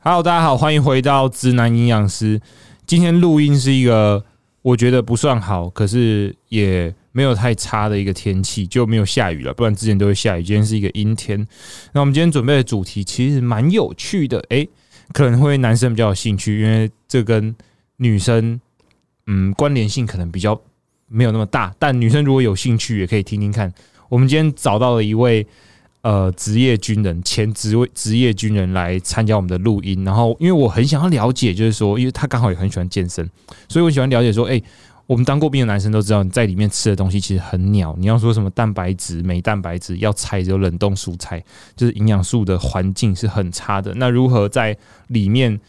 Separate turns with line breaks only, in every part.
Hello，大家好，欢迎回到直男营养师。今天录音是一个我觉得不算好，可是也没有太差的一个天气，就没有下雨了，不然之前都会下雨。今天是一个阴天。那我们今天准备的主题其实蛮有趣的，诶、可能会男生比较有兴趣，因为这跟女生嗯关联性可能比较没有那么大，但女生如果有兴趣也可以听听看。我们今天找到了一位呃职业军人，前职位职业军人来参加我们的录音。然后，因为我很想要了解，就是说，因为他刚好也很喜欢健身，所以我喜欢了解说，哎、我们当过兵的男生都知道，你在里面吃的东西其实很鸟。你要说什么蛋白质没蛋白质，要菜只有冷冻蔬菜，就是营养素的环境是很差的。那如何在里面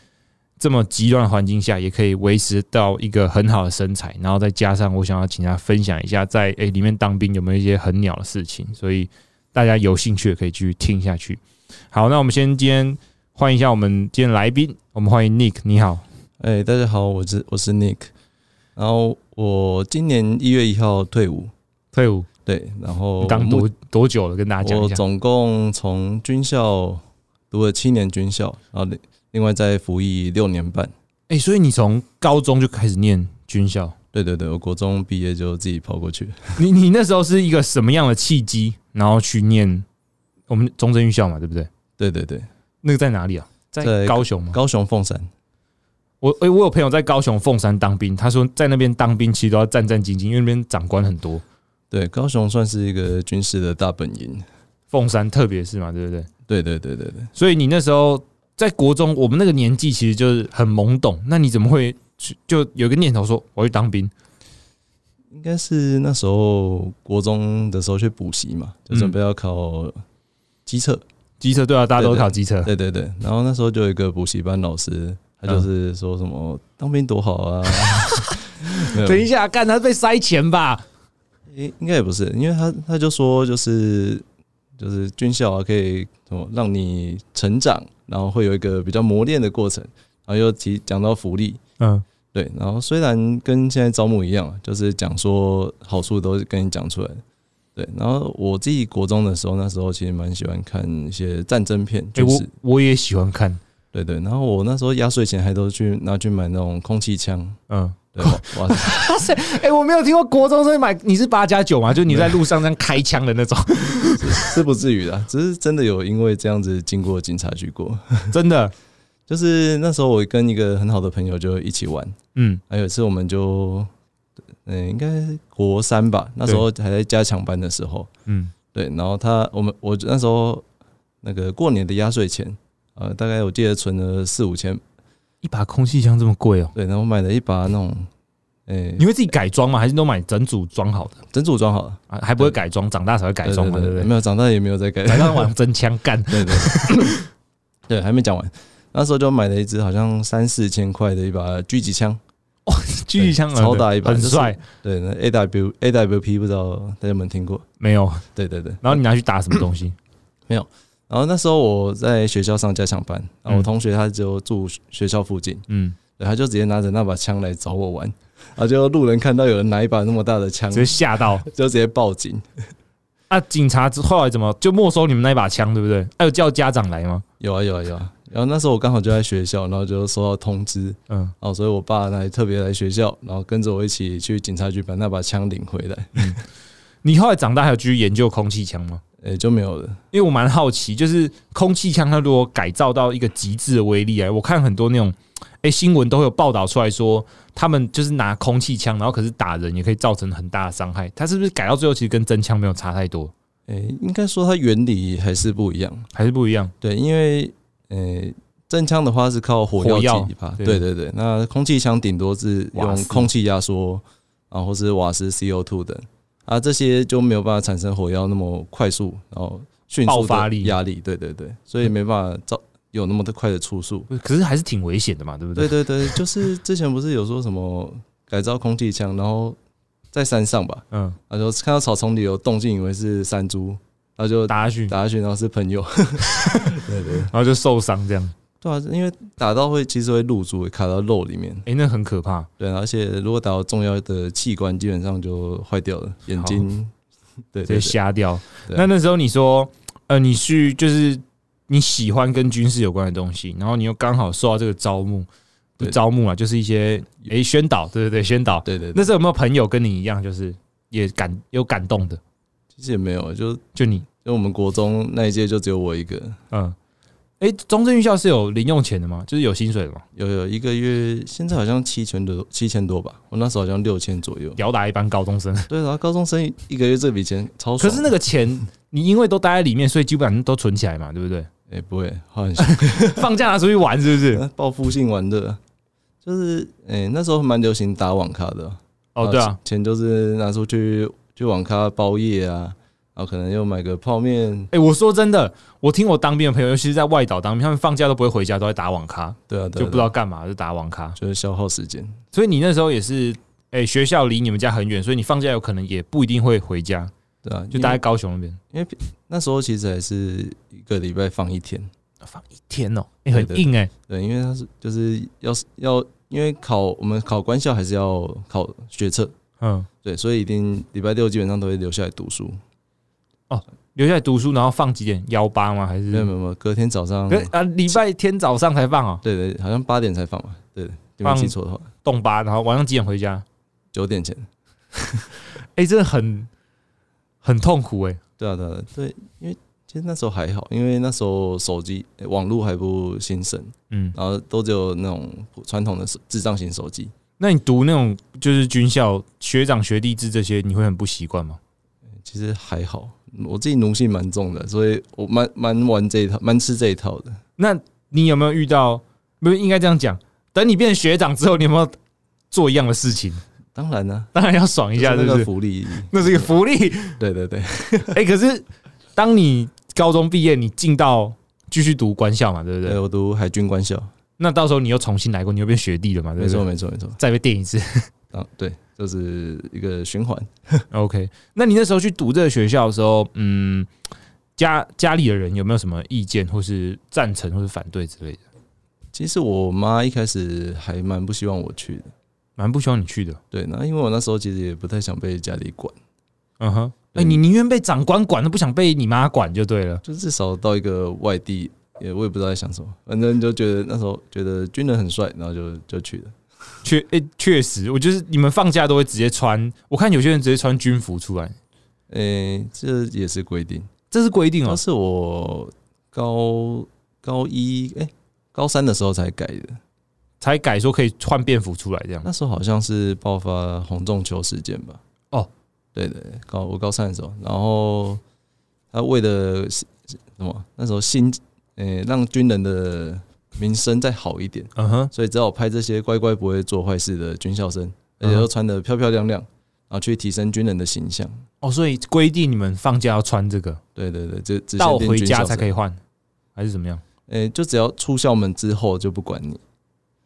这么极端的环境下，也可以维持到一个很好的身材？然后再加上我想要请他分享一下在，诶里面当兵有没有一些很鸟的事情，所以大家有兴趣也可以继续听下去。好，那我们先今天欢迎一下我们今天来宾，我们欢迎 Nick，你好。
哎、大家好，我是我是 Nick，然后我今年一月一号退伍，
退伍
对，然后
你当
目
多多久了？跟大家讲一
我
下。
总共从军校读了七年军校，然后另另外再服役六年半，
哎、所以你从高中就开始念军校，
对对对，我国中毕业就自己跑过去，
你你那时候是一个什么样的契机，然后去念我们中正预校嘛，对不对？
对对对，
那个在哪里啊？在
在
高雄吗？
高雄凤山，
我诶、我有朋友在高雄凤山当兵，他说在那边当兵其实都要战战兢兢，因为那边长官很多。
对，高雄算是一个军事的大本营，
凤山特别是嘛，对不对？
对对对对对，
所以你那时候在国中，我们那个年纪其实就是很懵懂，那你怎么会去就有一个念头说我要去当兵？
应该是那时候国中的时候去补习嘛，就
嗯
准备要考机测。
机车对啊，大家都
对对
考机车，
对对对，然后那时候就有一个补习班老师，他
嗯
就是说什么、当兵多好 啊，没有
等一下，干他被塞钱吧？
诶应该也不是，因为他他就说就是就是军校啊，可以什么让你成长，然后会有一个比较磨练的过程，然后又提讲到福利，
嗯，
对，然后虽然跟现在招募一样，啊就是讲说好处都跟你讲出来。对，然后我自己国中的时候，那时候其实蛮喜欢看一些战争片，
哎、
就是、
我我也喜欢看，
对对，然后我那时候压岁钱还都去拿去买那种空气枪，
嗯，
对， 哇，哇
哎、我没有听过国中生买，你是八加九吗？就你在路上这样开枪的那种，
是不至于的，只是真的有因为这样子经过警察局过。
真的，
就是那时候我跟一个很好的朋友就一起玩，
嗯，
还有一次我们就，嗯，应该国三吧，那时候还在加强班的时候，
嗯，
对，然后他我们我那时候那个过年的压岁钱，呃，大概我记得存了四五千，
一把空气枪这么贵哦、
对，然后买了一把那种，诶、
你会自己改装吗？还是都买整组装好的？
整组装好了，
啊，还不会改装，长大才会改装嘛，对不对？
没有，长大也没有再改，
改装完真枪 干，
对 对，对，还没讲完。那时候就买了一支好像三四千块的一把狙击枪，
狙击枪啊
超大一把
很
就是
帅，
对，那 A W A W P 不知道大家有没有听过？
没有。
对对对。
然后你拿去打什么东西？
然后那时候我在学校上加强班，然
嗯
后我同学他就住学校附近，
嗯，
对，他就直接拿着那把枪来找我玩，然后就路人看到有人拿一把那么大的枪，
直
就
接吓到
直接报警。
啊！警察之后来怎么就没收你们那一把枪，对不对？还有叫家长来吗？
有啊有啊有啊。然后那时候我刚好就在学校，然后就收到通知，
嗯，
哦，所以我爸来特别来学校，然后跟着我一起去警察局把那把枪领回来，
你后来长大还有继续研究空气枪吗？
也就没有了。
因为我蛮好奇，就是空气枪它如果改造到一个极致的威力啊，我看很多那种哎、诶新闻都会有报道出来说，他们就是拿空气枪，然后可是打人也可以造成很大的伤害。它是不是改到最后其实跟真枪没有差太多，
诶、应该说它原理还是不一样。
还是不一样？
对，因为诶、真枪的话是靠火
火
药
药
激发，
对
对对对。那空气枪顶多是
瓦
用
斯
空气压缩，啊，或是瓦斯 CO2 等啊，这些就没有办法产生火药那么快速，然后迅速
爆发力
压力，对对对，所以没办法造有那么的快的出速。
可是还是挺危险的嘛，对不对？
对对对，就是之前不是有说什么改造空气枪，然后在山上吧，
嗯，
然后看到草丛里有动静，以为是山猪，然后就打
打下去，然
打下去，然后是朋友。对对
后就受伤这样。
对啊，因为打到会其实会露珠，会卡到肉里面。
哎、那很可怕。
对，啊而且如果打到重要的器官，基本上就坏掉了，眼睛。对
直接
对对，
瞎掉。
对
那那时候你说，呃，你去就是你喜欢跟军事有关的东西，然后你又刚好受到这个招募，不是
对
招募啊，就是一些诶、宣导，对对对，宣导。
对对对，
那时候有没有朋友跟你一样，就是也感有感动的？
其实也没有，就
就你，
就我们国中那一届就只有我一个，
嗯，诶、中正预校是有零用钱的吗？就是有薪水的吗？
有有一个月，现在好像七千多，七千多吧，我那时候好像六千左右。
吊打一般高中生。
对，然后高中生一个月这笔钱超
可
爽。
是那个钱，你因为都待在里面，所以基本上都存起来嘛，对不对？
哎、不会，花很
放假拿出去玩是不 是？
小，报复性玩的，就是哎、那时候蛮流行打网咖的。然
哦，
后
对啊，
钱钱就是拿出去去网咖包夜啊，然后可能又买个泡面，
哎、我说真的，我听我当兵的朋友，尤其是在外岛当兵，他们放假都不会回家，都在打网咖，
对啊，对
就
啊
不知，道干嘛，就打网咖
对啊。就是消耗时间。
所以你那时候也是，哎、学校离你们家很远，所以你放假有可能也不一定会回家，
对啊，
就
因为
待在高雄那边。
那时候其实还是一个礼拜放一天，
放一天哦、哎很
对对
硬哎、
对，因为他是就是要要因为考我们考官校还是要考学测，
嗯，
对，所以一定礼拜六基本上都会留下来读书。
留下来读书，然后放几点？幺八吗？还是
没有没有没有，隔天早上，
可是啊？礼拜天早上才放哦、
对对，好像八点才放嘛，对，你
放
没记错的话，
动八，然后晚上几点回家？
九点前。
哎、真的很很痛苦哎、
对啊，对啊，对，因为其实那时候还好，因为那时候手机、诶网络还不兴盛，
嗯，
然后都只有那种普传统的手智障型手机，
那你读那种就是军校学长学弟制这些，你会很不习惯吗？
其实还好。我自己奴性蛮重的，所以我蛮蛮玩这一套，蛮吃这一套的。
那你有没有遇到？不是应该这样讲，等你变学长之后，你有没有做一样的事情？
当然呢、
当然要爽
啊，
一下，
就是是
不
那个
是？
福利，
那是一个福利。
对对对，
哎、可是当你高中毕业，你进到继续读官校嘛， 对不对？
对我读海军官校，
那到时候你又重新来过，你又变学弟了嘛，对
没
不
错
对？
没错没错，
再被电一 次。
啊对，就是一个循环。
OK，那你那时候去读这个学校的时候，嗯，家家里的人有没有什么意见，或是赞成，或是反对之类的？
其实我妈一开始还蛮不希望我去的，
蛮不希望你去的。
对，那因为我那时候其实也不太想被家里管，
嗯哼，哎、
对
你宁愿被长官管，都不想被你妈管就对了。
就至少到一个外地，也我也不知道在想什么，反正就觉得那时候觉得军人很帅，然后就就去了。
确哎，确、实，我就是你们放假都会直接穿，我看有些人直接穿军服出来，
诶、这也是规定。
这是规定哦、
那是我高高一诶、高三的时候才改的，
才改说可以换便服出来这样。
那时候好像是爆发红中球事件吧？
哦，
对对对，高我高三的时候，然后他为了什么？那时候新诶、让军人的名声再好一点。
嗯哼，
所以只好派这些乖乖不会做坏事的军校生，
嗯
而且都穿得漂漂亮亮，然后去提升军人的形象。
哦，所以规定你们放假要穿这个，
对对对，只只
到回家才可
以。
以换，还是怎么样？
诶、就只要出校门之后就不管你。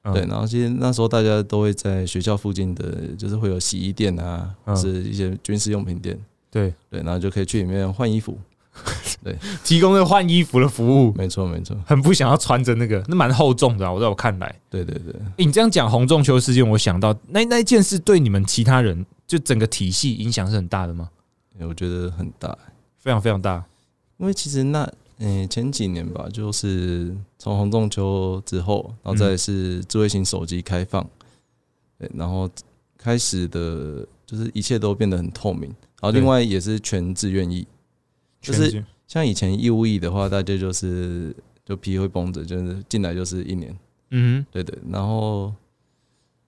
嗯
对，然后其实那时候大家都会在学校附近的，就是会有洗衣店啊，
嗯
或是一些军事用品店。
对，
对，然后就可以去里面换衣服。
提供那个换衣服的服务，
没错没错，
很不想要穿着那个，那蛮厚重的、啊。我在我看来，
对对对。
欸你这样讲红中秋事件，我想到那那一件事对你们其他人就整个体系影响是很大的吗？
诶我觉得很大，
非常非常大。
因为其实那诶、前几年吧，就是从红中秋之后，然后再来是智慧型手机开放，对，然后开始的就是一切都变得很透明，然后
对
另外也是全自愿意，就是
全军
像以前义务役的话，大家就是就皮会绷着，就是进来就是一年，
嗯
对对，然后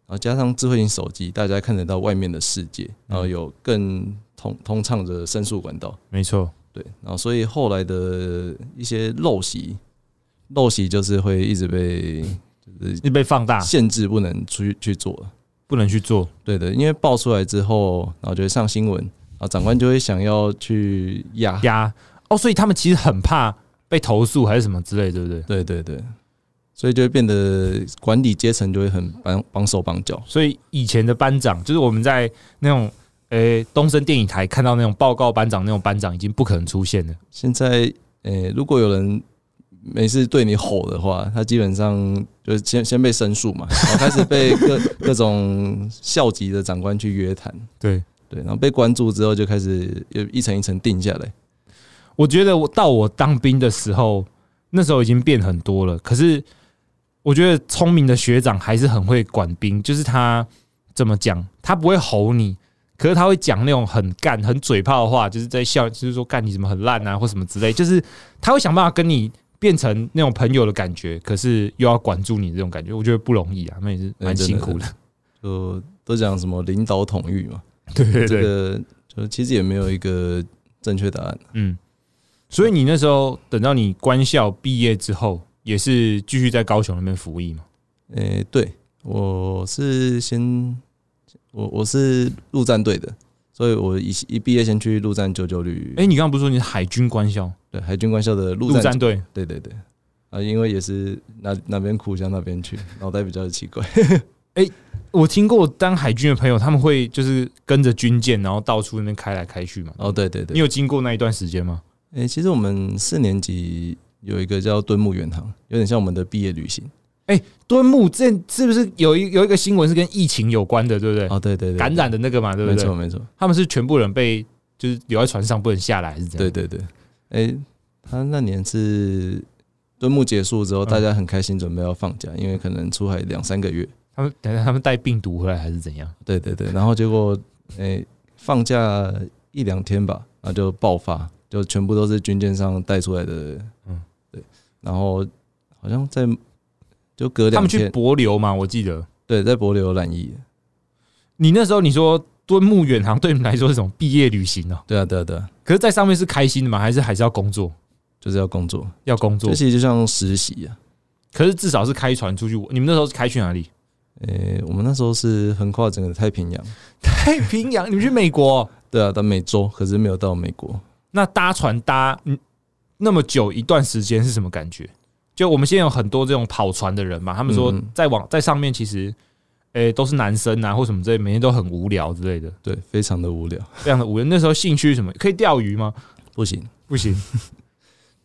然后加上智慧型手机，大家看得到外面的世界，然后有更通通畅的申诉管道。
哼，没错。
对，然后所以后来的一些陋习，陋习就是会一直被就是
你被放大，
限制，不能出去去做。
不能去做。
对的，因为爆出来之后，然后就会上新闻，然后长官就会想要去压。
压哦，所以他们其实很怕被投诉还是什么之类，对不对？
对对对，所以就会变得管理阶层就会很绑绑手绑脚。
所以以前的班长，就是我们在那种诶、东森电影台看到那种报告班长那种班长，已经不可能出现了。
现在，呃，如果有人每次对你吼的话，他基本上就是先先被申诉嘛，然后开始被各 各种校级的长官去约谈。
对，
对，然后被关注之后就开始又一层一层定下来。
我觉得我到我当兵的时候，那时候已经变很多了。可是我觉得聪明的学长还是很会管兵，就是他怎么讲，他不会吼你，可是他会讲那种很干、很嘴炮的话，就是在笑，就是说干你怎么很烂啊，或什么之类，就是他会想办法跟你。变成那种朋友的感觉，可是又要管住你这种感觉，我觉得不容易啊，那也是蛮辛苦的。
就都讲什么领导统御嘛，
对对
这
对，
个就其实也没有一个正确答案。
嗯。所以你那时候等到你官校毕业之后，也是继续在高雄那边服役嘛？
诶、对，我是先我我是陆战队的，所以我一一毕业先去陆战九九旅，
哎、你刚刚不是说你是海军官校
对海军官校的陆
陆
战，
战队？
对对对。啊，因为也是哪哪边苦向哪边去，脑袋比较奇怪。
我听过当海军的朋友，他们会就是跟着军舰，然后到处那边开来开去嘛。
哦，对对对
你，有经过那一段时间吗？
诶、其实我们四年级有一个叫敦睦远航，有点像我们的毕业旅行。
敦睦这是不是有一有一个新闻是跟疫情有关的，对不对？
哦，对对对，
感染的那个嘛，对不
没错
对？
没错，
他们是全部人被就是留在船上不能下来，还是这
对
样？
对对。诶、他那年是敦睦结束之后，
嗯
大家很开心准备要放假，因为可能出海两三个月。
他们等一下他们带病毒回来还是怎样？
对对对，然后结果诶、放假一两天吧，然后就爆发，就全部都是军舰上带出来的。
嗯
嗯，对。然后好像在就隔
他
两
们去
天，
博流嘛，我记得。
对，在柏流染疫。
你那时候你说敦睦远航对你们来说是种毕业旅行哦、
对啊对啊对啊，
可是，在上面是开心的吗？还是还是要工作？
就是要工作，
要工作
这？其实就像实习啊。
可是至少是开船出去。你们那时候是开去哪里？
诶、我们那时候是横跨整个太平洋，
太平洋。你们去美国、
对啊，到美洲，可是没有到美国。
那搭船搭嗯那么久一段时间是什么感觉？就我们现在有很多这种跑船的人嘛，他们说
嗯嗯
在网在上面其实，诶、都是男生啊或什么之类，每天都很无聊之类的，
对，非常的无聊，
非常的无聊。那时候兴趣是什么？可以钓鱼吗？
不行。
不行，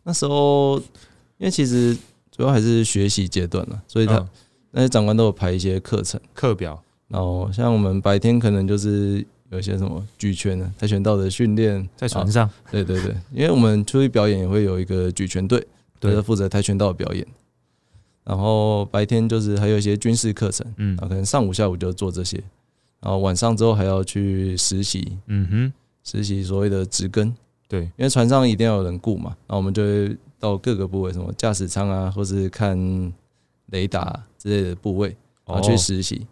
那时候因为其实主要还是学习阶段了，所以他、
嗯
那些长官都有排一些课程。
课表
然后像我们白天可能就是有一些什么举拳啊、跆拳道的训练，
在船上，
啊对对对，因为我们出去表演也会有一个举拳队，
对
就是负责跆拳道的表演。然后白天就是还有一些军事课程，
嗯
啊，可能上午、下午就做这些，然后晚上之后还要去实习，
嗯哼，
实习所谓的植根，
对，
因为船上一定要有人顾嘛，然后我们就会到各个部位，什么驾驶舱啊，或是看雷达之类的部位，然
啊
后去实习。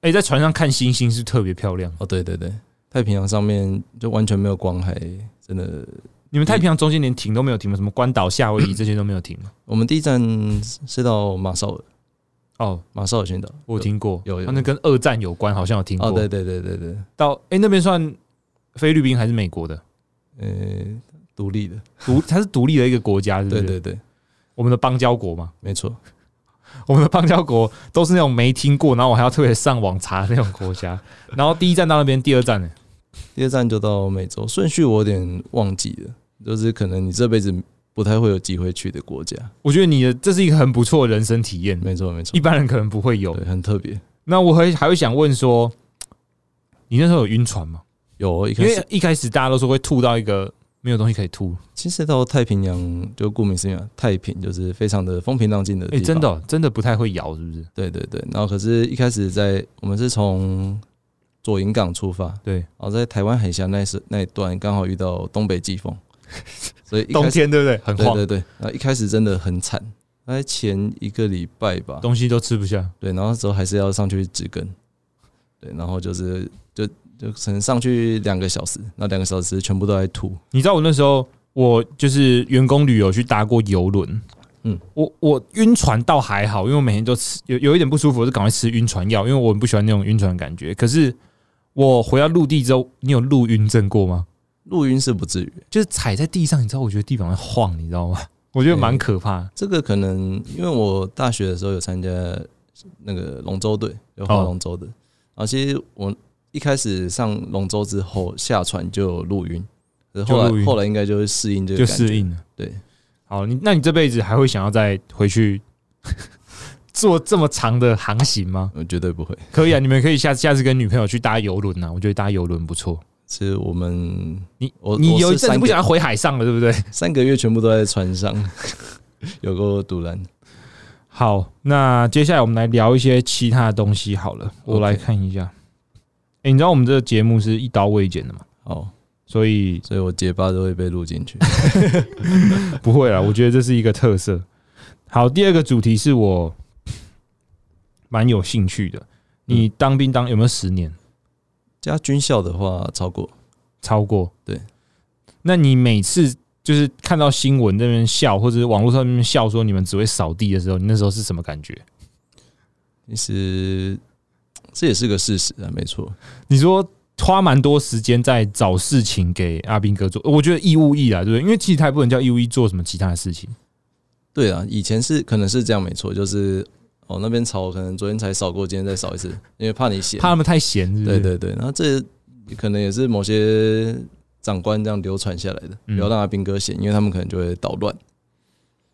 哎、哦在船上看星星是特别漂亮。
哦，对对对，太平洋上面就完全没有光海，真的。
你们太平洋中间连停都没有停吗？什么关岛、夏威夷这些都没有停吗？
我们第一站是到马绍尔，
哦，
马绍尔群岛。
我有听过，
有有
啊那跟二战有关，好像有听过。
哦，对对对对对，
到哎、那边算菲律宾还是美国的？
呃，独立的，
独它是独立的一个国家，是不是？
对对对，
我们的邦交国嘛，
没错。
我们的邦交国都是那种没听过，然后我还要特别上网查的那种国家。然后第一站到那边，第二站呢、
第二站就到美洲，顺序我有点忘记了，就是可能你这辈子不太会有机会去的国家。
我觉得你的这是一个很不错的人生体验，
没错没错
一，般人可能不会有
对，。很特别。
那我还还会想问说，你那时候有晕船吗？
有一
因
开始
为一开始大家都说会吐到一个没有东西可以吐，
其实到太平洋，就顾名思义嘛，太平就是非常的风平浪静的地
哎、
方。
真的、哦、真的不太会摇，是不是？
对对对，然后可是，一开始在我们是从左营港出发，
对
然后在台湾海峡那时那一段刚好遇到东北季风， 所以一
冬
开始
天对不对？很
对
晃，
对对，然后一开始真的很惨，大概前一个礼拜吧，
东西都吃不下。
对，然后之后还是要上去植根，对，然后就是就就可能上去两个小时，那两个小时全部都在吐，
你知道我那时候我就是员工旅游去搭过游轮，嗯
嗯，
我我晕船倒还好，因为我每天都吃有有一点不舒服，我就赶快吃晕船药，因为我很不喜欢那种晕船的感觉。可是我回到陆地之后，你有陆晕症过吗？
陆晕是不至于，
就是踩在地上，你知道，我觉得地板会晃，你知道吗？我觉得蛮可怕的。
这个可能因为我大学的时候有参加那个龙舟队，有
哦
划龙舟的。然后其实我一开始上龙舟之后下船就有陆晕，可是
就
后
陆
来
晕
后来应该就会适应这个
就
感觉
适。应了。
对，
好，你那你这辈子还会想要再回去 做这么长的航行吗？
我呃绝对不会。
可以啊，你们可以下次下次跟女朋友去搭游轮啊，我觉得搭游轮不错。
其实我们
你
我
你
我
有一
是
阵子
三个
不想要回海上了，对不对？
三个月全部都在船上， 有个独蓝，
好，那接下来我们来聊一些其他的东西好了。我
OK
来看一下。诶，你知道我们这个节目是一刀未剪的嘛？
哦，
所 以
所以我结巴都会被录 进去。
不会啦，我觉得这是一个特色。好，第二个主题是我蛮有兴趣的。你当兵当有没有十年？
加军校的话，超过
超过？
对。
那你每次就是看到新闻那边笑，或者是网络上面笑说你们只会扫地的时候，你那时候是什么感觉？
其实这也是个事实啊，没错。
你说花蛮多时间在找事情给阿兵哥做，我觉得义务役啊，对不对？因为其实他也不能叫义务役做什么其他的事情。
对啊，以前是可能是这样，没错，就是哦那边扫，可能昨天才扫过，今天再扫一次，因为怕你写。
怕嗯他们太闲，是不是
对，对对，然后这可能也是某些长官这样流传下来的，
嗯
不要让阿兵哥写，因为他们可能就会捣乱。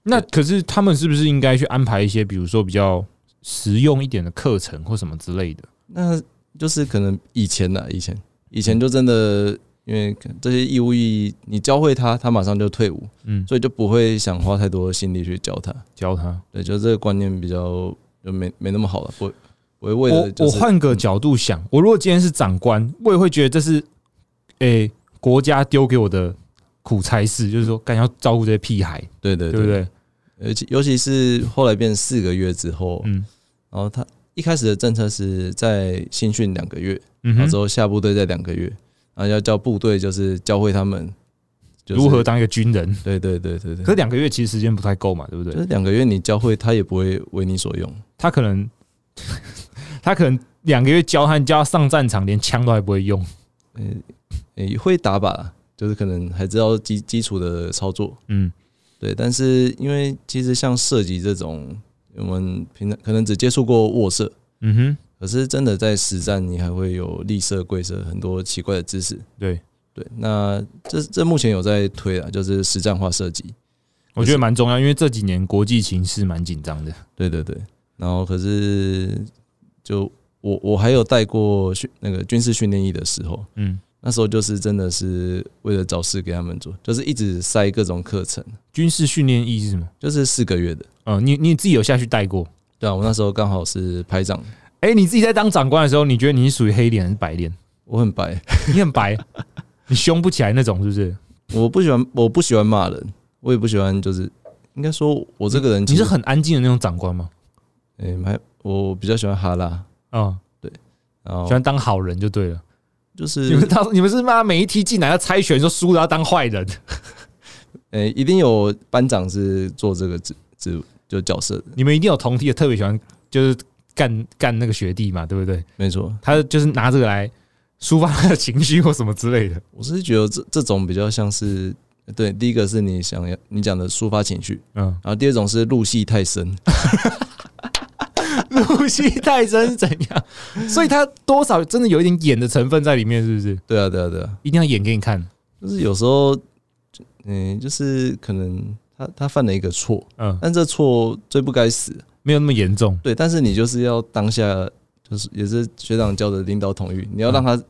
那可是他们是不是应该去安排一些，比如说比较实用一点的课程或什么之类的？
那就是可能以前啊呐，以前以前就真的，因为这些义务役，你教会他，他马上就退伍，
嗯，
所以就不会想花太多心力去教他。
教他。
对，就这个观念比较就没没那么好了，不不会为了、
我
就
我
是、
换个角度想，我如果今天是长官，我也会觉得这是诶、国家丢给我的苦差事，就是说，干要照顾这些屁孩，
对对
对不
对，
对？
而且尤其是后来变四个月之后，
嗯
然后他一开始的政策是在新训两个月，
嗯
然
哼
后之后下部队再两个月，然后要叫部队就是教会他们、就是、
如何。当一个军人？
对对对对
可
对，
两个月其实时间不太够嘛，对不对
就？是两个月你教会他也不会为你所用。
他可能 他可能两个月教他，你叫他上战场，连枪都还不会用。
嗯、也会打靶啦，就是可能还知道基基础的操作。
嗯，
对，但是因为其实像射击这种，我们平常可能只接触过握射，
嗯哼，
可是真的在实战，你还会有立射、跪射很多奇怪的姿势。
对，
对，那这这目前有在推啊，就是实战化射击。
我觉得蛮重要，因为这几年国际形势蛮紧张的。
对对对，然后可是就我我还有带过训那个军事训练营的时候，
嗯，
那时候就是真的是为了找事给他们做，就是一直塞各种课程，
军事训练役是什么？
就是四个月的。
呃，你你自己有下去带 过？
对啊，我那时候刚好是排长，
哎、你自己在当长官的时候，你觉 得你是属于黑脸还是白脸？
我很白，
你很白，你凶不起来那种，是不是？
我不喜欢我不喜欢骂人，我也不喜欢就是应该说我这个人
你
其
是
实
很安静的那种长官吗？
诶还、我比较喜欢哈拉，
嗯，
然后
喜欢当好人就对了。
就是
哦你们当你们是妈每一题进来要猜拳，说输了要当坏人，
诶、一定有班长是做这个职职就角色的，
你们一定有同梯的特别喜欢，就是干干那个学弟嘛，对不对？
没错。
他就是拿这个来抒发他的情绪或什么之类的。
我是觉得这这种比较像是，对，第一个是你想要你讲的抒发情绪，
嗯，
然后第二种是入戏太深，
入戏太深是怎样？ 所以他多少真的有一点演的成分在里面，是不是？
对啊，对啊，对啊，
一定要演给你看。
就是有时候，嗯、就是可能他他犯了一个错，
嗯，
但这错罪不该死，
没有那么严重。
对，但是你就是要当下就是也是学长教的领导统御，你要让他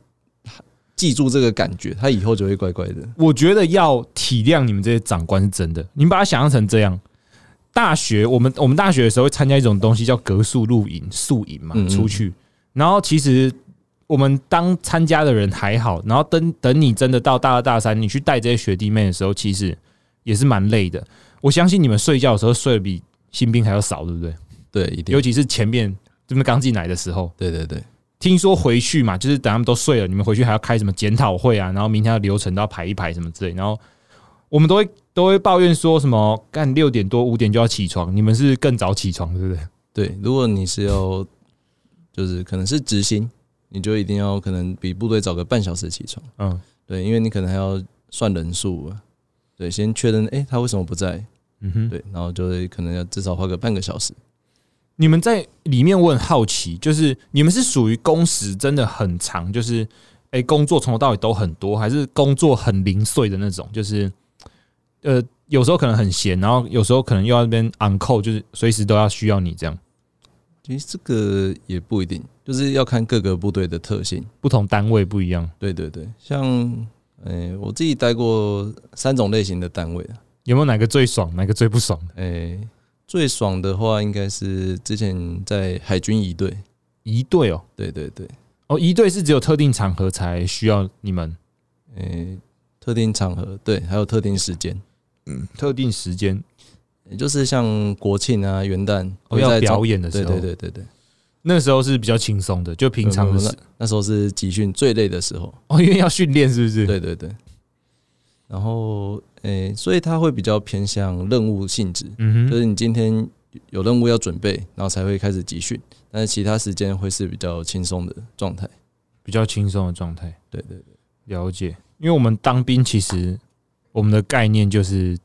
记住这个感觉，他以后就会乖乖的。
我觉得要体谅你们这些长官是真的，你们把它想象成这样。大学我们我们大学的时候会参加一种东西叫格宿露营宿营嘛
嗯，嗯
出去。然后其实我们当参加的人还好，然后等等你真的到大二大三，你去带这些学弟妹的时候，其实也是蛮累的。我相信你们睡觉的时候睡得比新兵还要少，对不对？
对，一定
尤，其是前面这边刚进来的时候，
对对对，
听说回去嘛，就是等他们都睡了，你们回去还要开什么检讨会啊，然后明天的流程都要排一排什么之类，然后我们都会都会抱怨说什么干六点多五点就要起床，你们是更早起床对不对？
对，如果你是要，就是可能是执行，你就一定要可能比部队早个半小时起床。
嗯，
对，因为你可能还要算人数啊。对，先确认，诶，他为什么不在？
嗯哼，
对，然后就是可能要至少花个半个小时。
你们在里面我很好奇，就是你们是属于工时真的很长，就是哎、工作从头到尾都很多，还是工作很零碎的那种？就是呃有时候可能很闲，然后有时候可能又要那边 on call，就是随时都要需要你这样，
其实这个也不一定，就是要看各个部队的特性。
不同单位不一样。
对对对，像，诶，我自己待过三种类型的单位啊，
有没有哪个最爽，哪个最不爽的？
哎、最爽的话应该是之前在海军一队，
一队哦，
对对对，
哦，一队是只有特定场合才需要你们
哎、特定场合，对，还有特定时间，
特定时间
也就是像国庆啊、元旦，
哦
会
要
在中
表演的时
对
候，
对对对对，
那时候是比较轻松的，就平常的
那
时
那时候是集训最累的时候，
哦，因为要训练是不是？
对对对。然后，诶、所以它会比较偏向任务性质，
嗯
就
哼，
是你今天有任务要准备，然后才会开始集训，但是其他时间会是比较轻松的状态。
比较轻松的状态，
对对对，
了解。因为我们当兵其实我们的概念就是，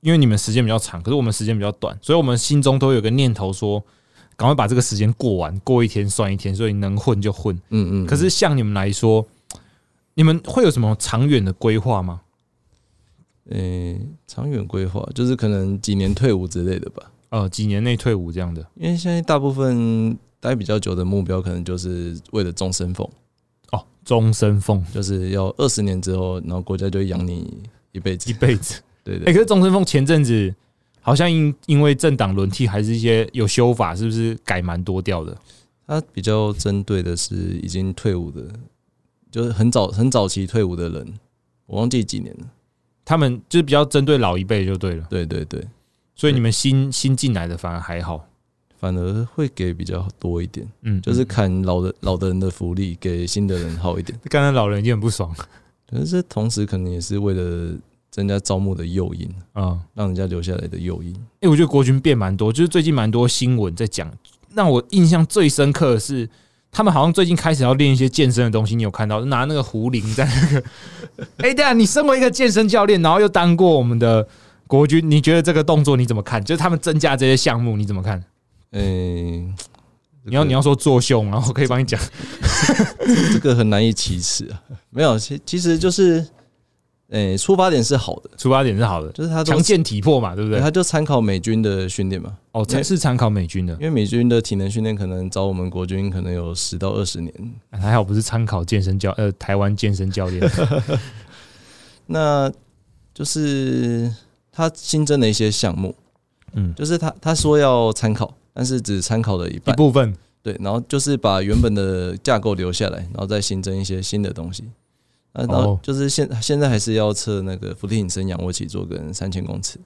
因为你们时间比较长，可是我们时间比较短，所以我们心中都有个念头说，赶快把这个时间过完，过一天算一天，所以能混就混。
嗯嗯。
可是像你们来说，你们会有什么长远的规划吗？
诶、长远规划就是可能几年退伍之类的吧，
呃，几年内退伍这样的
因为现在大部分待比较久的目标，可能就是为了终身俸，
哦，终身俸
就是要二十年之后，然后国家就会养你一辈子
一。辈子。
对对
哎、可是终身俸前阵子好像因因为政党轮替，还是一些有修法，是不是改蛮多掉的？
他比较针对的是已经退伍的，就是很早很早期退伍的人，我忘记几年了。
他们就是比较针对老一辈就对了，
对对对，
所以你们新新进来的反而还好，
反而会给比较多一点，
嗯，
就是砍老的老的人的福利，给新的人好一点。
刚才老人已经很不爽，
可是同时可能也是为了增加招募的诱因，
嗯，
让人家留下来的诱因。
哎、我觉得国军变蛮多，就是最近蛮多新闻在讲，让我印象最深刻的是，他们好像最近开始要练一些健身的东西，你有看到拿那个壶铃在那个，哎、对啊，你身为一个健身教练，然后又当过我们的国军，你觉得这个动作你怎么看？就是他们增加这些项目你怎么看？
嗯、
你要你
要
要说作秀吗？我可以帮你讲。
这个很难以启齿啊。 没有，其其实就是，诶、出发点是好的，
出发点是好的，
就是他都
强健体魄嘛，对不对？
他就参考美军的训练嘛。
哦，才是参考美军的
因，为美军的体能训练可能找我们国军可能有十到二十年。
还好不是参考健身教呃台湾健身教 练。
那就是他新增了一些项目，
嗯，
就是他他说要参考，但是只参考了一
一
半。
部分
对，然后就是把原本的架构留下来，然后再新增一些新的东西。啊，然后
哦
就是现现在还是要测那个俯卧撑、仰卧起坐跟三千公尺，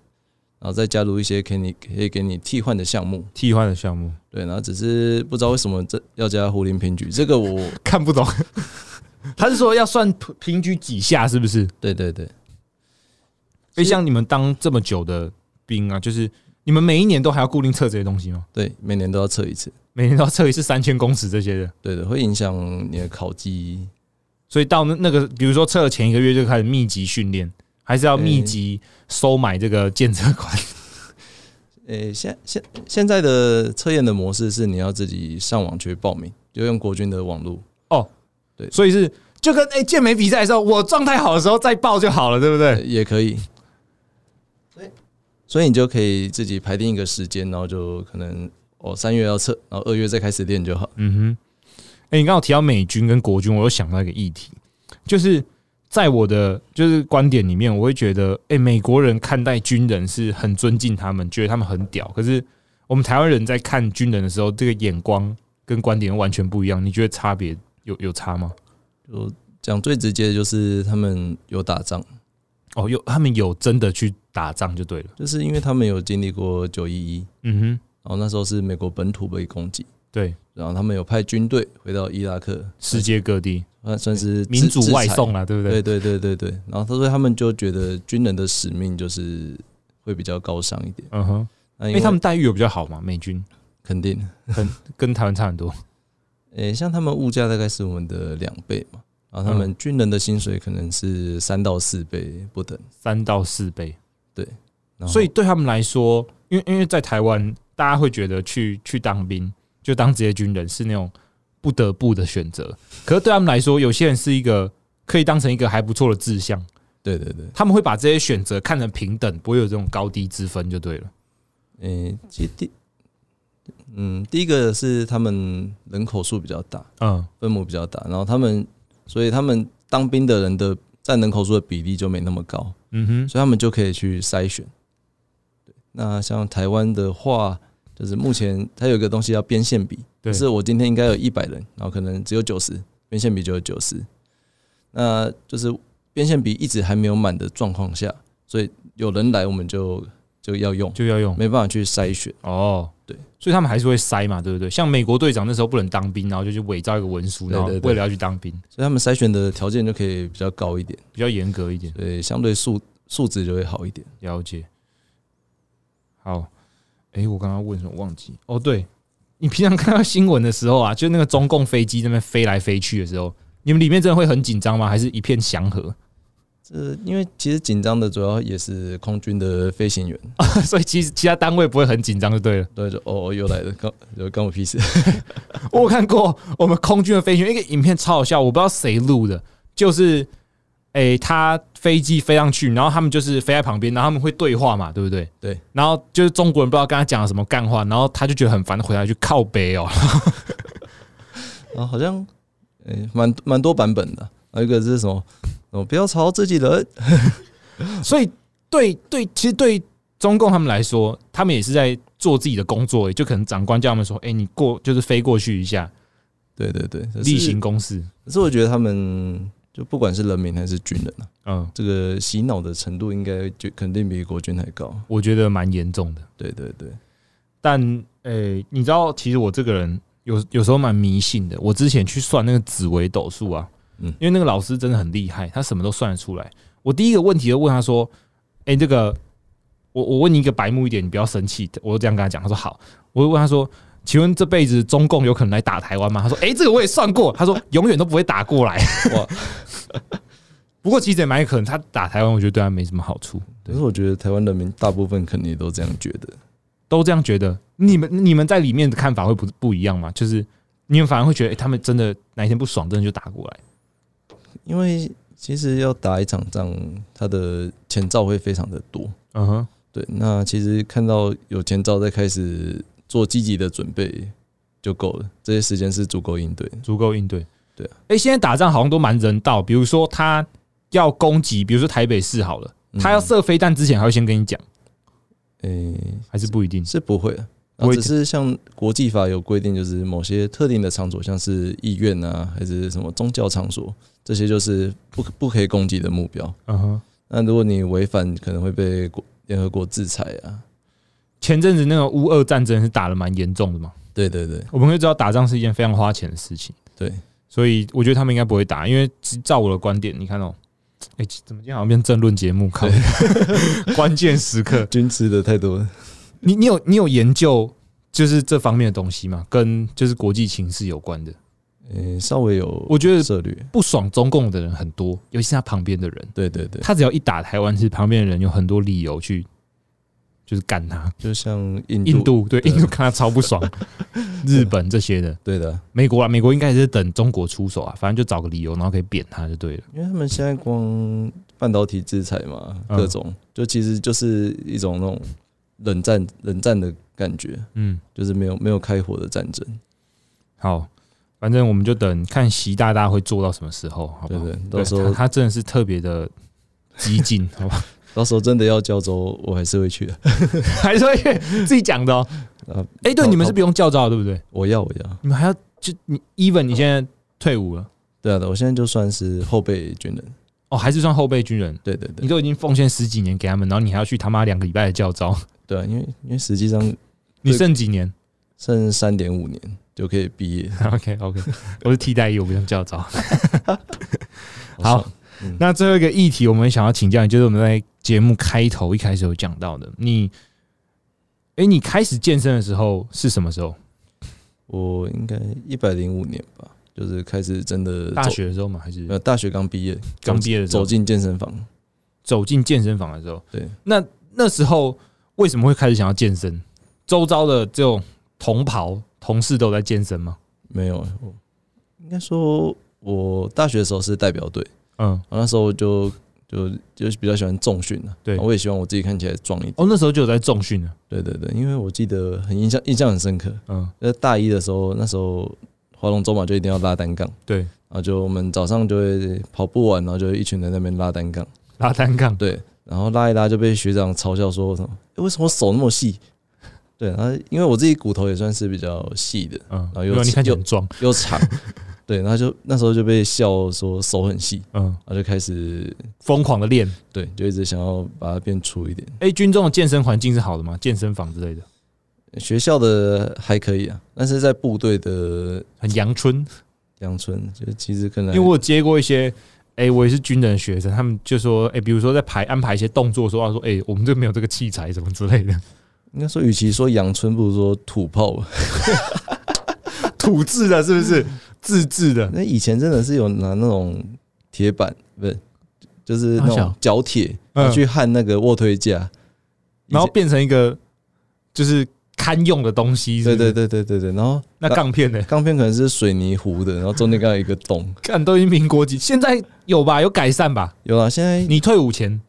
然后再加入一些给你可以给你替换的项目。
替换的项目
对，然后只是不知道为什么这要加壶铃平举，这个我
看不懂， 他是说要算平举几下，是不是？
对对对，
所以像你们当这么久的兵啊，就是你们每一年都还要固定测这些东西吗？
对，每年都要测一次，
每年都要测一次三千公尺这些的，
对的，会影响你的考绩。
所以到那那个，比如说测了前一个月就开始密集训练，还是要密集收买这个健测馆？
诶、现现现在的测验的模式是你要自己上网去报名，就用国军的网络。
所以是就跟哎、健美比赛的时候，我状态好的时候再报就好了，对不对？
也可以。所以，所以你就可以自己排定一个时间，然后就可能哦，三月要测，然后二月再开始练就好。
嗯哼，哎、你刚好提到美军跟国军，我又想到一个议题，就是在我的就是观点里面，我会觉得，哎、美国人看待军人是很尊敬他们，觉得他们很屌。可是我们台湾人在看军人的时候，这个眼光跟观点完全不一样。你觉得差别有有差吗？
就讲最直接的就是他们有打仗，
哦，有他们有真的去打仗就对了。
就是因为他们有经历过九一一，
嗯哼，
然后那时候是美国本土被攻击，
对，
然后他们有派军队回到伊拉克，
世界各地
算算是制
民主
制裁
外送啦，啊对不对？
对对对对对，然后他说他们就觉得军人的使命就是会比较高尚一点，
嗯哼，
那
因
因
为
为
他们待遇有比较好嘛，美军
肯定，
跟台湾差很多。
诶、像他们物价大概是我们的两倍嘛，然后他们军人的薪水可能是三到四倍不等，
三到四倍，
对然后
所以对他们来说，因为因为在台湾，大家会觉得去去当兵就当职业军人是那种不得不的选择，可是对他们来说，有些人是一个可以当成一个还不错的志向，
对对对，
他们会把这些选择看成平等，不会有这种高低之分就对了。
诶、其实第，嗯，第一个是他们人口数比较大，
嗯，
分母比较大，然后他们，所以他们当兵的人的占人口数的比例就没那么高，
嗯哼，
所以他们就可以去筛选。对，那像台湾的话，就是目前它有一个东西叫边线比，
对
就是我今天应该有一百人，然后可能只有九十，边线比只有九十，那就是边线比一直还没有满的状况下，所以有人来我们就就要用，
就要用
没办法去筛选。
哦，
对，
所以他们还是会塞嘛，对不对？像美国队长那时候不能当兵，然后就去伪造一个文书，
对
然后
对对
为了要去当兵，
所以他们筛选的条件就可以比较高一点，
比较严格一点。
对，相对素素质就会好一点。
了解。好，诶，我刚刚问什么忘记？哦，对，你平常看到新闻的时候啊，就那个中共飞机在那边飞来飞去的时候，你们里面真的会很紧张吗？还是一片祥和？
这因为其实紧张的主要也是空军的飞行员，
所以其实其他单位不会很紧张就对了。
对，就哦又来了，关就关我屁事。
我有看过我们空军的飞行员一个影片超好笑，我不知道谁录的，就是诶、他飞机飞上去，然后他们就是飞在旁边，然后他们会对话嘛，对不对？
对。
然后就是中国人不知道跟他讲了什么干话，然后他就觉得很烦，回来去靠北哦。
然后好像呃蛮蛮多版本的，还有一个是什么？哦，不要吵自己人，
所以对对，其实对中共他们来说，他们也是在做自己的工作，就可能长官叫他们说：“哎、你过就是飞过去一下，
对对对，可是
例行。公事。
可是我觉得他们就不管是人民还是军人啊，”
嗯，
这个洗脑的程度应该就肯定比国军还高。
我觉得蛮严重的。
对对对，
但哎、你知道，其实我这个人有有时候蛮迷信的。我之前去算那个紫微斗数啊，
嗯
因为那个老师真的很厉害，他什么都算得出来。我第一个问题就问他说：“哎、这个我我问你一个白目一点，你不要生气。”我就这样跟他讲，他说好。我就问他说：“请问这辈子中共有可能来打台湾吗？”他说：“哎、这个我也算过。”他说：“永远都不会打过来。”哇
哇！
不过其实也蛮有可能，他打台湾，我觉得对他没什么好处。
可是我觉得台湾人民大部分肯定都这样觉得。
都这样觉得，你们你们在里面的看法会不不一样吗？就是你们反而会觉得，诶他们真的哪一天不爽，真的就打过来。
因为其实要打一场仗，它的前兆会非常的多。
嗯哼，
对，那其实看到有前兆，再开始做积极的准备就够了，这些时间是足够应对的。
足够应对。
对
哎、现在打仗好像都蛮人道，比如说他要攻击，比如说台北市好了，
嗯
他要射飞弹之前还会先跟你讲，
诶、
还是不一定。
是不会的。
不
啊，
会
只是像国际法有规定，就是某些特定的场所，像是医院啊，还是什么宗教场所，这些就是不可不可以攻击的目标。
嗯哼，
那如果你违反，可能会被国联合国制裁啊。
前阵子那个乌俄战争是打的蛮严重的嘛，
对对对，
我们会知道打仗是一件非常花钱的事情。
对，
所以我觉得他们应该不会打，因为照我的观点，你看哦、哎、怎么今天好像变政论节目？靠， 关键时刻
军吃的太多了。
你你有你有研究就是这方面的东西吗？跟就是国际情势有关的，
诶、稍微有
我觉得
策略。
不爽中共的人很多，尤其是他旁边的人，
对对对，
他只要一打台湾，其实旁边的人有很多理由去就是干他。
就像印度，
印度对
对
印度看他超不 爽，日本这些的，
对的啊，
美国啊，美国应该也是等中国出手啊，反正就找个理由，然后可以扁他就对了。
因为他们现在光半导体制裁嘛，
嗯
各种就其实就是一种那种冷战冷战的感觉，
嗯，
就是没有没有开火的战争。
好，反正我们就等看习大大会做到什么时候，好不
对
好？
对，
对
到时
他
候
他真的是特别的激 进，好吧？
到时候真的要交州，我还是会去的。
还是会自己讲的 哦。
啊，
哎、对，
好
你们是不用教招的，对不对？
我要我要，
你们还要就你 even 你现在退伍了
对啊，对我现在就算是后备军人，
哦，还是算后备军人，
对对
你
对，
都已经奉献十几年给他们，然后你还要去他妈两个礼拜的教招，
对啊，因为因为实际上
你剩几 年
剩三点五年就可以毕业。
？OK OK，我 是替代役，我不用教 招。好
好爽，嗯
那最后一个议题，我们想要请教你，就是我们在节目开头一开始有讲到的，你，哎、你开始健身的时候是什么时候？
我应该一百零五年吧，就是开始真的
大
走
学的时候吗？还是
没有大学刚毕业，
刚毕业的时候
走进健身房。
走进健身房的时候，
对，
那那时候为什么会开始想要健身？周遭的这种同袍同事都有在健身吗？
没有，啊我应该说，我大学的时候是代表队，
嗯，
然后那时候就就就是比较喜欢重训啊。
对
我也希望我自己看起来壮一点。
哦，那时候就有在重训了，
对对对，因为我记得很印象印象很深刻，
嗯，
在大一的时候，那时候划龙舟嘛，就一定要拉单杠。
对，
然后就我们早上就会跑步完，然后就一群人在那边拉单杠，
拉单杠，
对，然后拉一拉就被学长嘲笑说什么、诶为什么手那么细？对，然后因为我自己骨头也算是比较细的，
嗯，
后
没
又
有你看起来很壮，
又长， 对，然后就那时候就被笑说手很细，
嗯，
然后就开始
疯狂的练。
对，就一直想要把它变粗一点。
哎，军中的健身环境是好的吗？健身房之类的，
学校的还可以啊，但是在部队的
很阳春。
阳春，就其实可能
因为我有接过一些，哎、我也是军人学生，他们就说，哎、比如说在排安排一些动作的时候，他说，哎、我们这没有这个器材什么之类 的，
应该说，与其说阳春，不如说土炮 吧。
土制的，是不是？自制的，
那以前真的是有拿那种铁板，不是，就是那
好
种
小
角铁
嗯
去焊那个卧推架。
然后
以前
变成一个就是堪用的东西是
对
不是
对对对对对，然后
那钢片呢？
钢片可能是水泥糊的，然后中间刚好有一个洞。
看都已经民国几，现在有吧？有改善吧？
有啊，现在
你退伍前，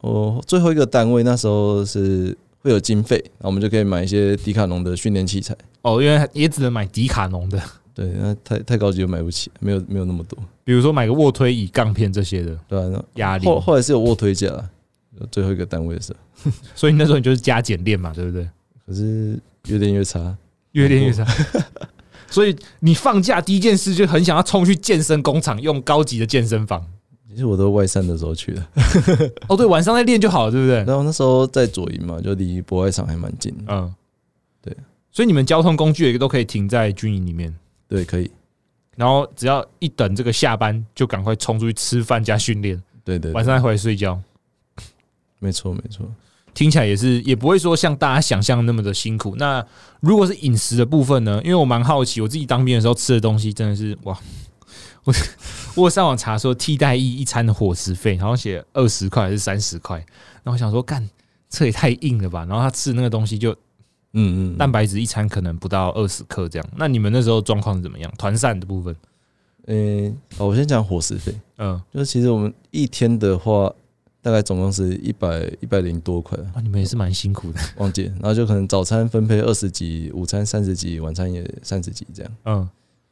我最后一个单位那时候是会有经费，那我们就可以买一些迪卡侬的训练器材。
哦，因为也只能买迪卡侬的，
对，那太太高级又买不起，没有没有那么多，
比如说买个卧推椅、钢片这些的
对啊，那
哑铃
后，后来是有卧推架啦，最后一个单位的时候，
所以那时候你就是加减练嘛，对不对？
可是越练越差。
越练越差。 所以你放假第一件事就很想要冲去健身工厂，用高级的健身房。
其实我都外散的时候去 的，
哦，对，晚上再练就好了，对不对？
然啊后那时候在左营嘛，就离博爱厂还蛮近的，
嗯，
对。
所以你们交通工具也都可以停在军营里面，
对，可以，
然后只要一等这个下班，就赶快冲出去吃饭加训练，
对对
晚
对，
上再回来睡觉。
没错没错。
听起来也是，也不会说像大家想象那么的辛苦。那如果是饮食的部分呢？因为我蛮好奇，我自己当兵的时候吃的东西真的是哇，我 我有上网查说替代役一餐的伙食费，然后写二十块还是三十块，然后我想说干这也太硬了吧。然后他吃那个东西就
嗯嗯，
蛋白质一餐可能不到二十克这样。那你们那时候状况是怎么样？团膳的部分，
嗯，好，我先讲伙食费，
嗯、
就是其实我们一天的话，大概总共是一百一百零多块，
啊，你们也是蛮辛苦的，
忘 记了，然后就可能早餐分配二十几，午餐三十几，晚餐也三十几这样。
嗯。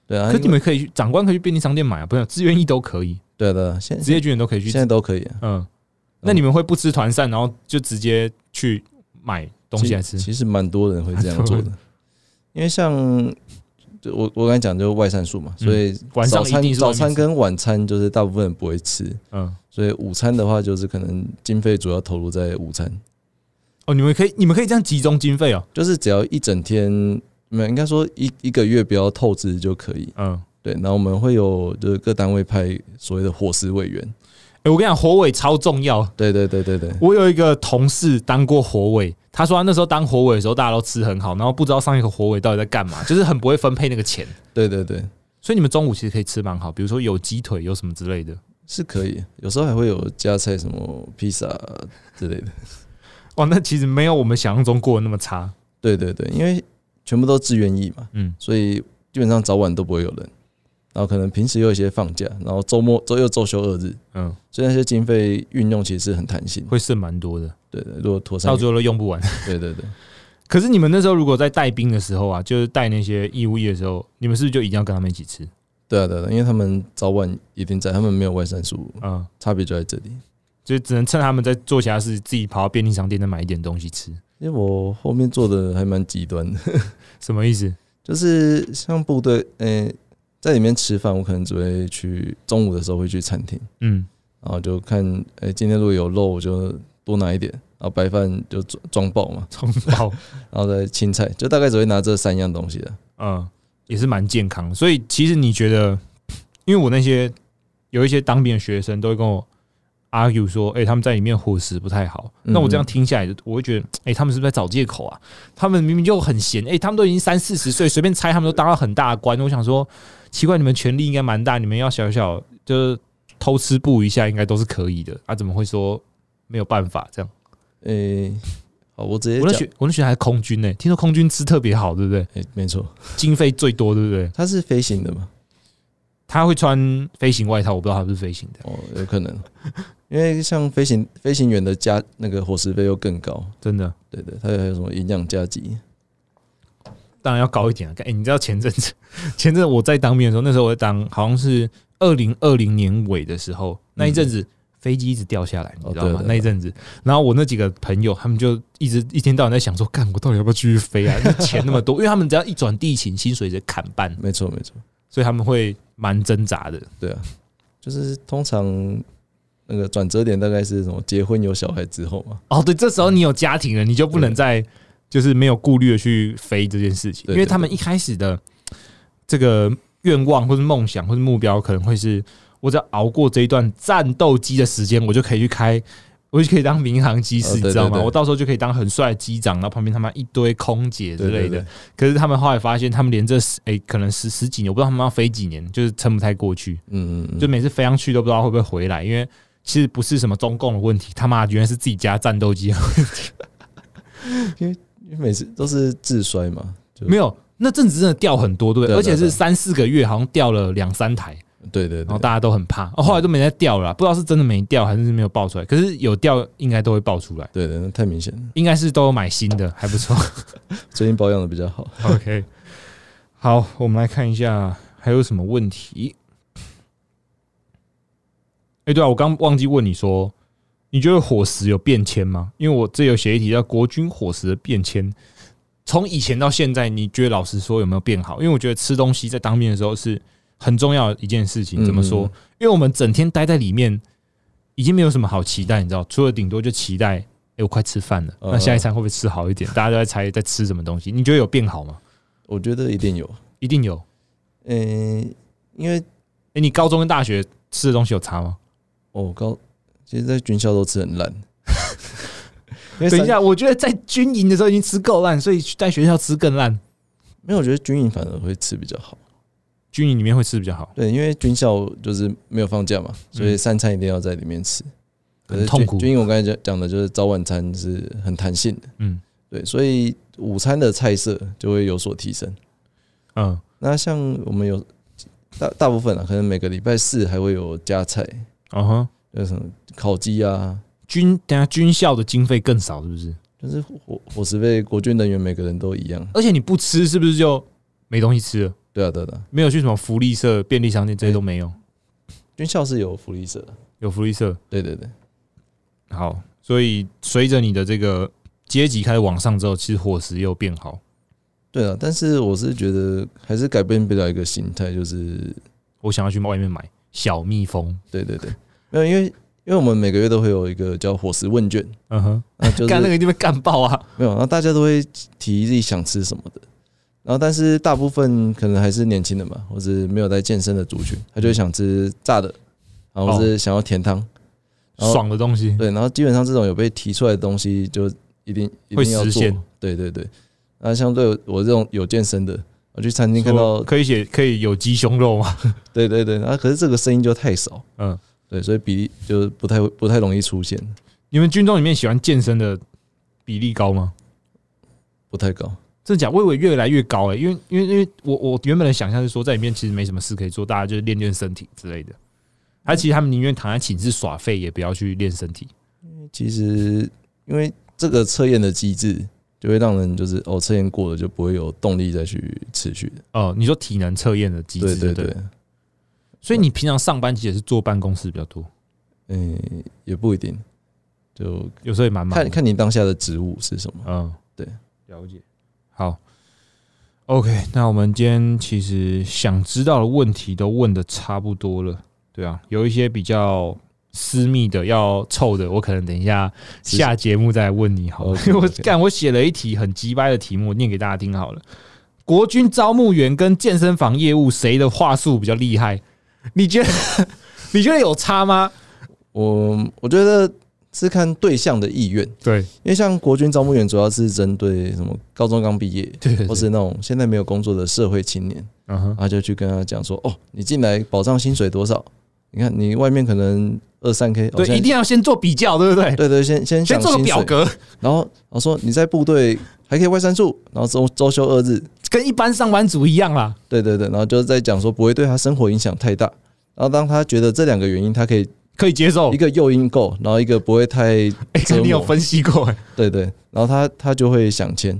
对啊，
可你
因为
们可以去长官可以去便利商店买啊，不是自愿役都可以，
对啊对啊，现
职业军人都可以去
现在都可以啊，
嗯，那你们会不吃团膳，然后就直接去买东西来吃
其？其实蛮多人会这 样做的，因为像就我我刚才讲就是外散数嘛，所以
嗯晚上
早
一定
餐
是
早餐
外面吃
跟晚餐就是大部分人不会吃，
嗯
所以午餐的话就是可能经费主要投入在午餐，
哦，你们可以你们可以这样集中经费哦。
就是只要一整天，没有应该说一一个月不要透支就可以。
嗯，
对，然后我们会有就是各单位派所谓的伙食委员，
哎、我跟你讲，火尾超重要。
对对对对对，
我有一个同事当过火尾，他说他那时候当火尾的时候，大家都吃很好，然后不知道上一个火尾到底在干嘛，就是很不会分配那个钱。
对对对
所以你们中午其实可以吃蛮好，比如说有鸡腿，有什么之类的。
是可以，有时候还会有加菜什么披萨之类的。
哇，那其实没有我们想象中过得那么差。
对对对，因为全部都自愿意嘛，
嗯，
所以基本上早晚都不会有人。然后可能平时有一些放假，然后周末周又周休二日，
嗯，
所以那些经费运用其实是很弹性。
会剩蛮多的，
对对，如果妥善
到，最后都用不完。
对对对，
可是你们那时候如果在带兵的时候啊，就是带那些义务役的时候，你们是不是就一定要跟他们一起吃？
对啊对啊，因为他们早晚一定在，他们没有外散数，
嗯，
差别就在这里。
就只能趁他们在做其他事，自己跑到便利商店再买一点东西吃。
因为我后面做的还蛮极端的，
什么意思？
就是像部队，呃、在里面吃饭，我可能只会去中午的时候会去餐厅，
嗯，
然后就看，哎、今天如果有肉，我就多拿一点，然后白饭就装装爆嘛，
葱爆，
然后再青菜，就大概只会拿这三样东西的。
嗯，也是蛮健康的。所以其实你觉得，因为我那些有一些当兵的学生都会跟我 argue 说，哎、他们在里面伙食不太好。
嗯
那我这样听下来，我会觉得，哎、他们是不是在找借口啊？他们明明就很闲，哎、他们都已经三四十岁，随便猜他们都当了很大的官。我想说，奇怪，你们权力应该蛮大，你们要小小就是偷吃布一下，应该都是可以的啊？怎么会说没有办法这样？
哎、好，我直接
我那
讲，
学我那学还是空军呢、听说空军吃特别好，对不对？
哎、没错，
经费最多，对不对？
它是飞行的嘛，
他会穿飞行外套，我不知道他是不是飞行的，
哦，有可能，因为像飞行飞行员的加那个伙食费又更高，
真的。
对对，它还有什么营养加急，
当然要高一点啊。哎、你知道前阵子， 前阵子我在当兵的时候，那时候我在当好像是二零二零年尾的时候，那一阵子飞机一直掉下来，你
嗯哦
知道吗？
对对对
那一阵子，然后我那几个朋友他们就一直一天到晚在想说，干我到底要不要继续飞啊？那钱那么多，因为他们只要一转地勤，薪水直接砍半，
没错没错，
所以他们会蛮挣扎的。
对啊，就是通常那个转折点大概是什么？结婚有小孩之后嘛，
哦，对，这
嗯
时候你有家庭了，你就不能再就是没有顾虑的去飞这件事情，
对
因为他们一开始的这个愿望或是梦想或是目标，可能会是我只要熬过这一段战斗机的时间，我就可以去开。我就可以当民航机师，
哦对
你知道吗？
对对
我到时候就可以当很帅的机长，然后旁边他妈一堆空姐之
对
类
对
的。
对，
可是他们后来发现，他们连这十哎、可能十十几年，我不知道他们要飞几年，就是撑不太过去。
嗯嗯嗯，
就每次飞上去都不知道会不会回来，因为其实不是什么中共的问题，他妈的原来是自己家战斗机
因为每次都是自摔嘛，就
没有。那阵子真的掉很多，对不对？
对
而
对
且是
对
三四个月，好像掉了两三台，
对对
然后
对，
大家都很怕。哦，后来都没再掉了啦，不知道是真的没掉还是没有爆出来。可是有掉应该都会爆出来，
对对，那太明显了，
应该是都有买新的，还不错。
最近保养的比较好。
OK，好，我们来看一下还有什么问题。哎、对啊，我刚忘记问你说，你觉得伙食有变迁吗？因为我这有写一题叫国军伙食的变迁，从以前到现在，你觉得老实说有没有变好？因为我觉得吃东西在当兵的时候是很重要的一件事情。怎么说？
嗯
因为我们整天待在里面，已经没有什么好期待，你知道，除了顶多就期待，哎、我快吃饭了，
嗯
那下一
嗯
餐会不会吃好一点？大家都在猜在吃什么东西，你觉得有变好吗？
我觉得一定有，
一定有。
嗯、因为
哎、你高中跟大学吃的东西有差吗？
哦高，其实在军校都吃很 烂。因为
等一
三，
下，我觉得在军营的时候已经吃够烂，所以在学校吃更烂。
没有，我觉得军营反而会吃比较好。
军营里面会吃比较好，
对，因为军校就是没有放假嘛，所以
嗯
三餐一定要在里面吃。可是
很痛
军
苦。
军营我刚才讲讲的就是早晚餐是很弹性的，
嗯
对，所以午餐的菜色就会有所提升。
嗯，
那像我们有大大部分啊，可能每个礼拜四还会有加菜，
哦哼，
就是什么烤鸡啊，
军等一下军校的经费更少，是不是？
就是伙伙食费，国军人员每个人都一样。
而且你不吃，是不是就没东西吃了？
对啊，对啊对啊，
没有去什么福利社、便利商店这些都没有，
军校是有福利社的。
有福利社。
对对对，
好，所以随着你的这个阶级开始往上之后，其实伙食又变好。
对啊，但是我是觉得还是改变不了一个心态，就是
我想要去外面买小蜜蜂。
对对对，没有，因为因为我们每个月都会有一个叫伙食问卷，
嗯哼，
那 就是
干那个一定被干爆啊！
没有，然后大家都会提自己想吃什么的，然后但是大部分可能还是年轻人嘛，或者没有在健身的族群，他就
嗯
会想吃炸的，然后或
哦
是想要甜汤，然后
爽的东西。
对，然后基本上这种有被提出来的东西就一定一
会
定要
实
做
现，
对对对。那相对我这种有健身的，我去餐厅看
说
到，
可以写可以有鸡胸肉吗？
对对对，啊然后可是这个声音就太少，
嗯，
对，所以比例就不太不太容易出现，
你们军中里面喜欢健身的比例高吗？
不太高。
真的假的？我以为越来越高哎、因为因为因为我我原本的想象是说，在里面其实没什么事可以做，大家就是练练身体之类的。而其实他们宁愿躺在寝室耍废，也不要去练身体。
其实因为这个测验的机制，就会让人就是哦，测验过了就不会有动力再去持续的。
哦、你说体能测验的机
对
制，
对
对
对
了。，所以你平常上班其实也是坐办公室比较多，
嗯，也不一定，就
有时候也蛮忙的。
看看你当下的职务是什么。
嗯，
对，
了解。好，OK，那我们今天其实想知道的问题都问的差不多了，对啊，有一些比较私密的要凑的，我可能等一下
是
下节目再来问你好了，
OK，OK
因 为我干我写了一题很鸡掰的题目，我念给大家听好了。国军招募员跟健身房业务谁的话术比较厉害？你觉得 你觉得有差吗？
我我觉得是看对象的意愿，
对
因为像国军招募员主要是针对什么高中刚毕业，
对对，
或是那种现在没有工作的社会青年，
嗯哼
然后就去跟他讲说，哦，你进来保障薪水多少？你看你外面可能二三 K，哦现在
对，一定要先做比较，对不对？
对对，先先
先
讲
做个
薪
表
水。
格，
然后然后说你在部队还可以外三处，然后周周休二日，
跟一般上班族一样啦。
对对对，然后就是在讲说不会对他生活影响太大。然后当他觉得这两个原因，他可以
可以接受
一。个诱因够，然后一个不会太
哎、
折磨
你有分析过、哎
对对，然后他他就会想签。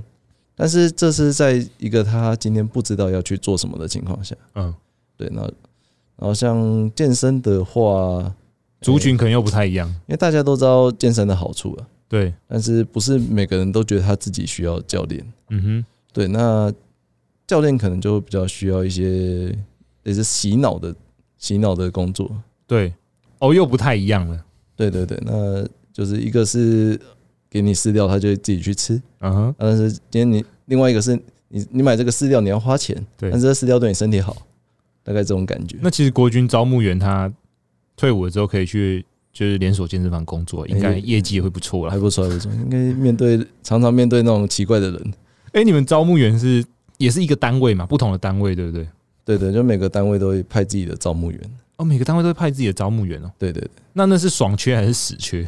但是这是在一个他今天不知道要去做什么的情况下，
嗯，
对，那然后像健身的话，
族群可能又不太一样，
因为大家都知道健身的好处啊，
对，
但是不是每个人都觉得他自己需要教练。
嗯哼，
对，那教练可能就比较需要一些也是洗脑的洗脑的工作。
对，哦，又不太一样了，
对对对，那就是一个是给你饲料，他就会自己去吃，
嗯哼，
但是今天你另外一个是你你买这个饲料你要花钱，
对
但。是这饲料对你身体好，大概这种感觉。
那其实国军招募员他退伍了之后可以去就是连锁健身房工作，应该
哎
业绩也会不错啦
还。不错，还不错。应该面对常常面对那种奇怪的人，
哎，你们招募员是也是一个单位嘛？不同的单位对不对？
对对，就每个单位都会派自己的招募员。
哦，每个单位都会派自己的招募员哦。
对对对，
那那是爽缺还是死缺？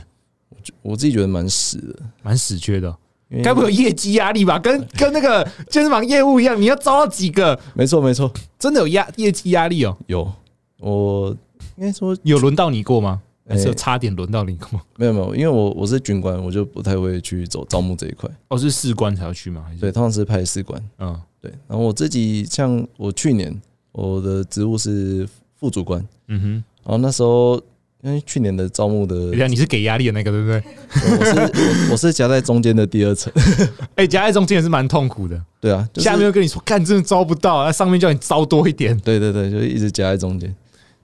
我自己觉得蛮死的，
蛮死缺的哦、
因为
该不会有业绩压力吧？跟跟那个健身房业务一样，你要招到几个，
没错没错，
真的有压业绩压力哦。
有我应该说
有轮到你过吗？还是有
哎
差点轮到你过吗？
没有没有，因为我我是军官，我就不太会去走招募这一块。
哦，是士官才要去吗？还
对，
是
通常是派士官。
嗯，
对，然后我自己像我去年我的职务是副主官，
嗯哼，
然后那时候因为去年的招募的，
等一下你是给压力的那个，对不对？
我是我我是夹在中间的第二层。
哎、夹在中间也是蛮痛苦的。
对啊，就是、
下面又跟你说，干真的招不到，那啊上面叫你招多一点。
对对对，就一直夹在中间。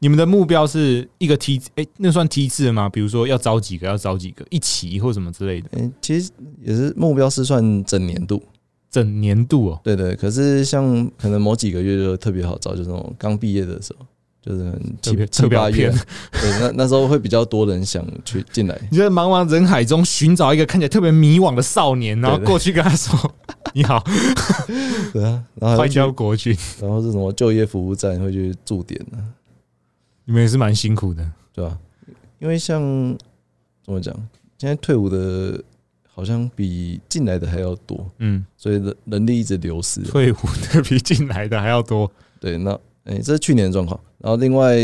你们的目标是一个梯，哎、那算梯次吗？比如说要招几个，要招几个，一起或什么之类的，
嗯、其实也是目标是算整年度。
整年度哦、
对对，可是像可能某几个月就特别好招，就是那种刚毕业的时候，就是可能
特别
七
特
七
别
八
好
月
骗
啊，对， 那那时候会比较多人想去进来。
你在茫茫人海中寻找一个看起来特别迷惘的少年，然后
对对
过去跟他说：“ 你好，
对啊，然后
欢
还会
迎
去
加入国军。
然后是什么就业服务站会去驻点呢、”
你们也是蛮辛苦的，
对吧、因为像怎么讲，现在退伍的好像比进来的还要多，
嗯，
所以人人力一直流失。
退伍的比进来的还要多。
对，那哎、这是去年的状况。然后另外，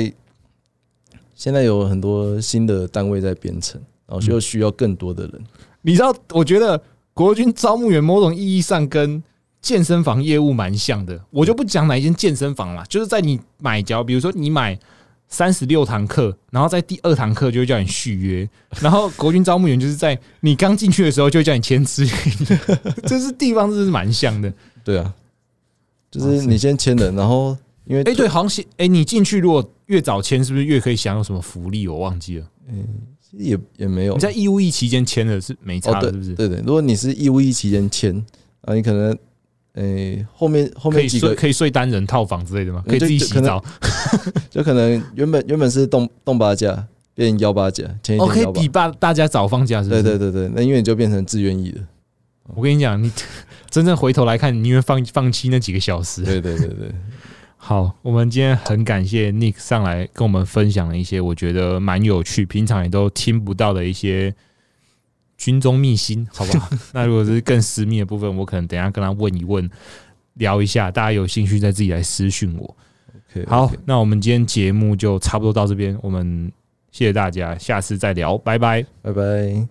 现在有很多新的单位在编程，然后就需要更多的人。
你知道，我觉得国军招募员某种意义上跟健身房业务蛮像的。我就不讲哪一间健身房
嗯
啦，就是在你买脚，比如说你买三十六堂课，然后在第二堂课就会叫你续约，然后国军招募员就是在你刚进去的时候就会叫你签字， 这是地方，这是蛮像的。
对啊，就
哇
是
塞
你先签人，然后因为
哎、对，好像是哎、你进去如果越早签，是不是越可以享有什么福利？我忘记了。
其实也也没有
你在义务役期间签的是没差
哦，
的，
对
是不是？
对对，如果你是义务役期间签，啊，你可能，诶、后面后
可
面
以
几
睡
个
可以睡单人套房之类的吗？可以
就
自己
就
洗
可能
澡，
就可能原本原本是动动八价变幺八价，签一
哦，可
天
以
幺八
比，大大家早放假，是不
对
是？
对对对，那因为你就变成自愿役了，
我跟你讲，你 真正回头来看，你宁愿放放弃那几个小时。
对对对对，
好，我们今天很感谢 Nick 上来跟我们分享了一些我觉得蛮有趣，平常也都听不到的一些军中秘辛，好不好？ 那如果是更私密的部分，我可能等一下跟他问一问，聊一下，大家有兴趣再自己来私讯我。
可以
好，那我们今天节目就差不多到这边，我们谢谢大家，下次再聊，拜拜。
拜拜。